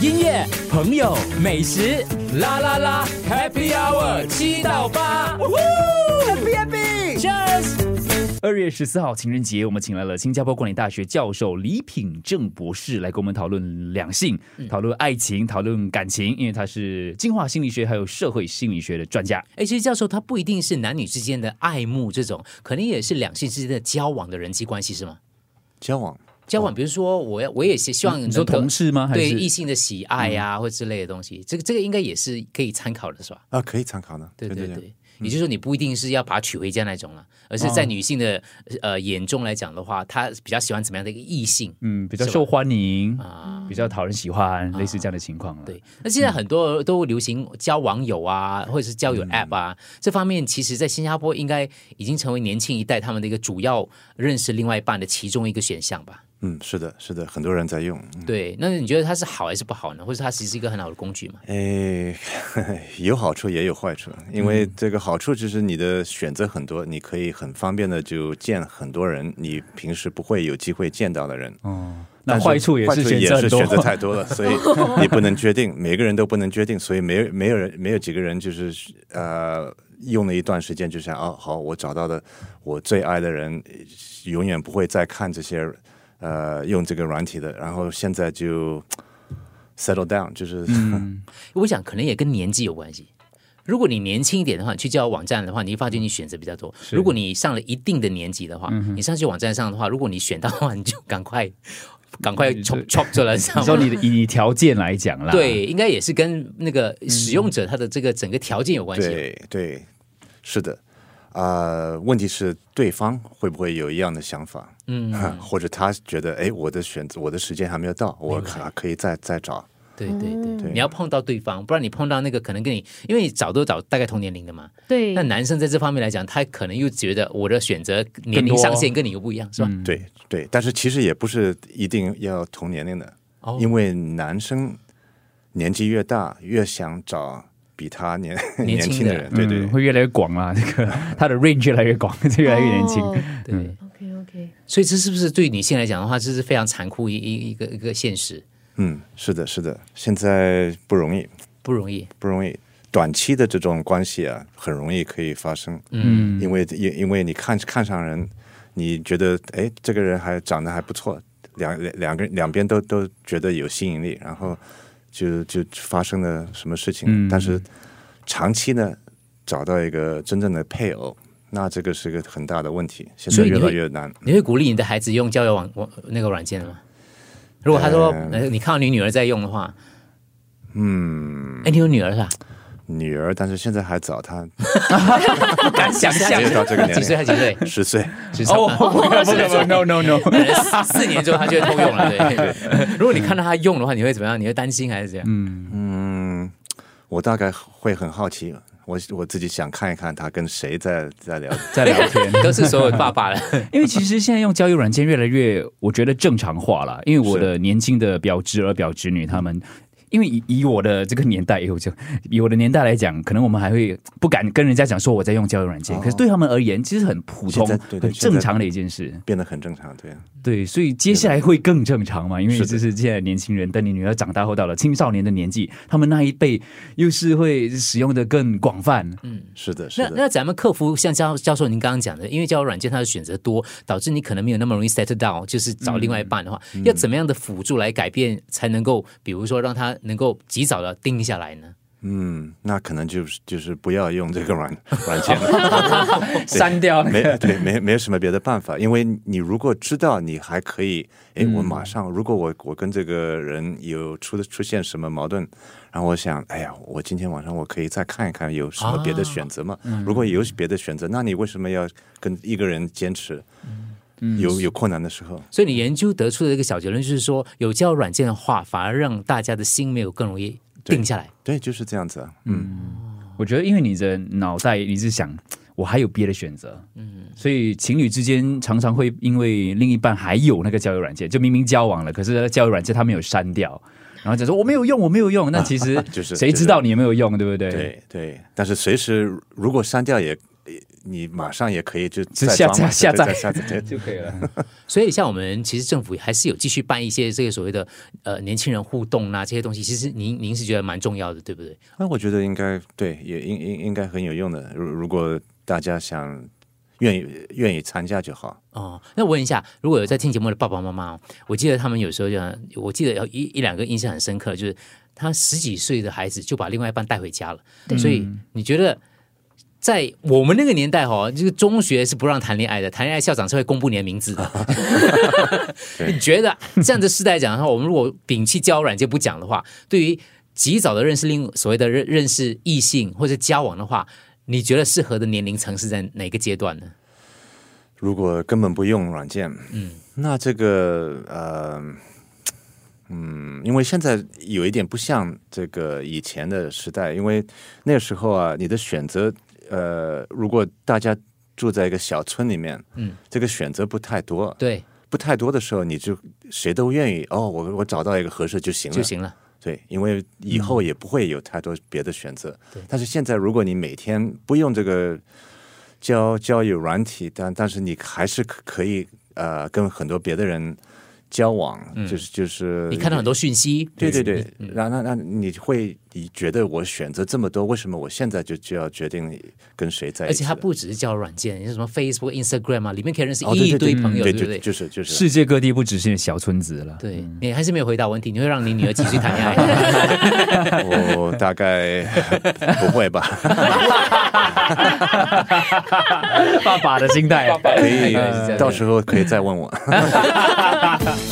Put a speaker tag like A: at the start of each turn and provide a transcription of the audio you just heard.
A: 音乐、朋友、美食，啦啦啦，Happy Hour 七到八，Happy Happy，Cheers。二月十四号情人节，我们请来了新加坡管理大学教授李品正博士来跟我们讨论两性、
B: 嗯
A: 讨论爱情、讨论感情，因为他是进化心理学还有社会心理学的专家。
B: 哎，其实教授他不一定是男女之间的爱慕这种，可能也是两性之间的交往的人际关系，是吗？
C: 交往
B: 交往，比如说我要我也是希望
A: 哦你说
B: 能够
A: 同事吗还
B: 嗯对
A: 是嗯
B: 异性的喜爱呀、或之类的东西，这个这个应该也是可以参考的，是吧？
C: 啊，可以参考呢。
B: 对对对。也就是说，你不一定是要把他娶回家那种了，而是
A: 哦
B: 在女性的呃眼中来讲的话，她比较喜欢怎么样的一个异性？
A: 嗯，比较
B: 是吧
A: 受欢迎，
B: 啊
A: 比较讨人喜欢，类似这样的情况啊了。
B: 对，那现在很多都流行交网友啊，或者是交友 App 啊，这方面其实，在新加坡应该已经成为年轻一代他们的一个主要认识另外一半的其中一个选项吧。
C: 嗯，是的，是的，很多人在用。嗯
B: 对，那你觉得它是好还是不好呢？或者它其实是一个很好的工具嘛？
C: 诶，哎 有好处也有坏处，因为
B: 嗯
C: 这个好处就是你的选择很多，你可以很方便的就见很多人，你平时不会有机会见到的人。
A: 那
C: 但
A: 坏处也
C: 坏
A: 是
C: 处
A: 选
C: 也
A: 择
C: 是
A: 很
C: 选择
A: 多。
C: 太多 了，所以你不能决定，每个人都不能决定，所以没有没有人没有几个人就是呃用了一段时间就想哦好，我找到的我最爱的人，呃永远不会再看这些呃用这个软体的，然后现在就 settle down，就是、嗯
B: 我想可能也跟年纪有关系。如果你年轻一点的话，你去交友网站的话，你会发觉你选择比较多。如果你上了一定的年纪的话，你上去网站上的话，如果你选到的话，你就赶快赶快
A: 对
B: chop chop 着了，知道
A: 你
B: 吗
A: 说你的以条件来讲啦，
B: 对，应该也是跟那个使用者他的这个整个条件有关系。啊
C: 对对，是的。啊、问题是对方会不会有一样的想法？嗯，或者他觉得，哎，我的选择，我的时间还没有到，我可可以再再找。
B: 对对对
C: 对
B: 你要碰到对方，不然你碰到那个可能跟你，因为你找都找大概同年龄的嘛。
D: 对
B: 那，男生在这方面来讲，他可能又觉得我的选择年龄
A: 更多
B: 上限跟你又不一样，是吧？
C: 对对，但是其实也不是一定要同年龄的，
B: 哦
C: 因为男生年纪越大，越想找比他 年
B: 年轻
C: 轻的
B: 的
C: 人。
A: 嗯，
C: 对对，
A: 会越来越广啦，这个 它的 range 越来越广， 就越来越年轻。
B: 对。
D: OK OK，
B: 所以这是不是对女性来讲的话，这是非常残酷一一一个一个现实，
C: 嗯，是的，是的，现在不容易，
B: 不容易。
C: 不容易。短期的这种关系啊，很容易可以发生。
B: 嗯，
C: 因为因因为你看看上人，你觉得哎，这个人还长得还不错，两两两个两边都都觉得有吸引力，然后就就发生了什么事情。
A: 嗯
C: 但是长期呢，找到一个真正的配偶，那这个是个很大的问题，现在
B: 所以你
C: 越来
B: 会
C: 越难。
B: 你会鼓励你的孩子用交友网网那个软件的吗？如果他说、呃你看到你女儿在用的话，嗯，哎，你有女儿是吧？
C: 女儿，但是现在还早，她
B: 不敢想象
C: 没有到这个年龄
B: 几岁？他几岁？
C: 十岁。
B: 十三
A: 哦，不可不可不可，no no no，
B: 可能四四年之后他就会偷用了。 对，如果你看到他用的话，你会怎么样？你会担心还是怎样？
C: 嗯，我大概会很好奇，我我自己想看一看她跟谁在在聊。
A: 在聊 天。
B: 都是所有爸爸了。
A: 因为其实现在用交友软件越来越，我觉得正常化了。因为我的年轻的表侄儿、表侄女他们。因为以以我的这个年代，以我就以我的年代来讲，可能我们还会不敢跟人家讲说我在用交友软件，
C: 哦
A: 可是对他们而言，其实很普通
C: 现在、对对
A: 很正常的一件事。
C: 变得很正常，
B: 嗯
C: 对啊，
A: 对，所以接下来会更正常嘛？因为
C: 是的
A: 这是现在年轻人，等你女儿长大后到了青少年的年纪，他们那一辈又是会使用的更广泛。
C: 是的， 是
B: 那
C: 的。
B: 那咱们客服像教教授您刚刚讲的，因为交友软件它的选择多，导致你可能没有那么容易 settle down，就是找另外一半的话，
C: 嗯
B: 要怎么样的辅助来改变才能够，比如说让他能够及早的定下来呢？
C: 嗯，那可能就是就是不要用这个软软 件了，
A: 删 掉那
C: 没
A: 个，
C: 对没没有什么别的办法，因为你如果知道你还可以，哎，
A: 嗯
C: 我马上如果我我跟这个人有出出现什么矛盾，然后我想，哎呀，我今天晚上我可以再看一看有什么
A: 啊
C: 别的选择吗？
A: 嗯
C: 如果有别的选择，那你为什么要跟一个人坚持？
A: 嗯
C: 有有困难的时候，
B: 所以你研究得出的一个小结论就是说，有交友软件的话，反而让大家的心没有更容易定下来。
C: 对，就是这样子啊。嗯，
A: 我觉得因为你的脑袋你是想，我还有别的选择，嗯，所以情侣之间常常会因为另一半还有那个交友软件，就明明交往了，可是交友软件他没有删掉，然后就说我没有用，我没有 用，那其实
C: 啊就是
A: 谁知道你有没有用，对不对？
C: 对对，但是随时如果删掉也你马上也可以就
A: 就
C: 再
A: 下
C: 装嘛
A: 下
C: 对
A: 载
C: 下载 对
A: 就可以了。
B: 所以像我们其实政府还是有继续办一些这个所谓的呃年轻人互动啊这些东西，其实您您是觉得蛮重要的，对不对？
C: 那我觉得应该对，也应应应该很有用的。如如果大家想愿意愿意参加就好。
B: 哦，那我问一下，如果有在听节目的爸爸妈妈哦，我记得他们有时候就，我记得有一一两个印象很深刻，就是他十几岁的孩子就把另外一半带回家了，所以你觉得？在我们那个年代哦，这个中学是不让谈恋爱的，谈恋爱校长是会公布你的名字的。你觉得这样的世代讲的话，我们如果摒弃交友软件不讲的话，对于及早的认识另所谓的认认识异性或者交往的话，你觉得适合的年龄层是在哪个阶段呢？
C: 如果根本不用软件，嗯，那这个呃，嗯，因为现在有一点不像这个以前的时代，因为那时候啊，你的选择，呃，如果大家住在一个小村里面，
B: 嗯，
C: 这个选择不太多，
B: 对，
C: 不太多的时候，你就谁都愿意哦，我我找到一个合适就行了，
B: 就行了。
C: 对，因为以后也不会有太多别的选择。
B: 嗯对
C: 但是现在如果你每天不用这个交交友软体，但但是你还是可可以呃跟很多别的人交往，就是就是
B: 嗯你看到很多讯息，
C: 对对对，
B: 嗯
C: 那那那你会你觉得我选择这么多，为什么我现在就就要决定跟谁在一
B: 而
C: 起了？
B: 且它不只是交友软件，你像什么 Facebook、Instagram 啊，里面可以认识
C: 哦
B: 一
C: 对对
B: 堆
C: 对
B: 朋友，
C: 对
B: 不对？
C: 就是嗯就是
A: 世界各地不只是小村子 了，
B: 对你还是没有回答我问题，你会让你女儿几岁谈恋爱？
C: 我大概 不会吧。
A: 爸爸的心态。
C: 可
B: 哎
C: 以
B: 原来是这样，
C: 到时候可以再问我。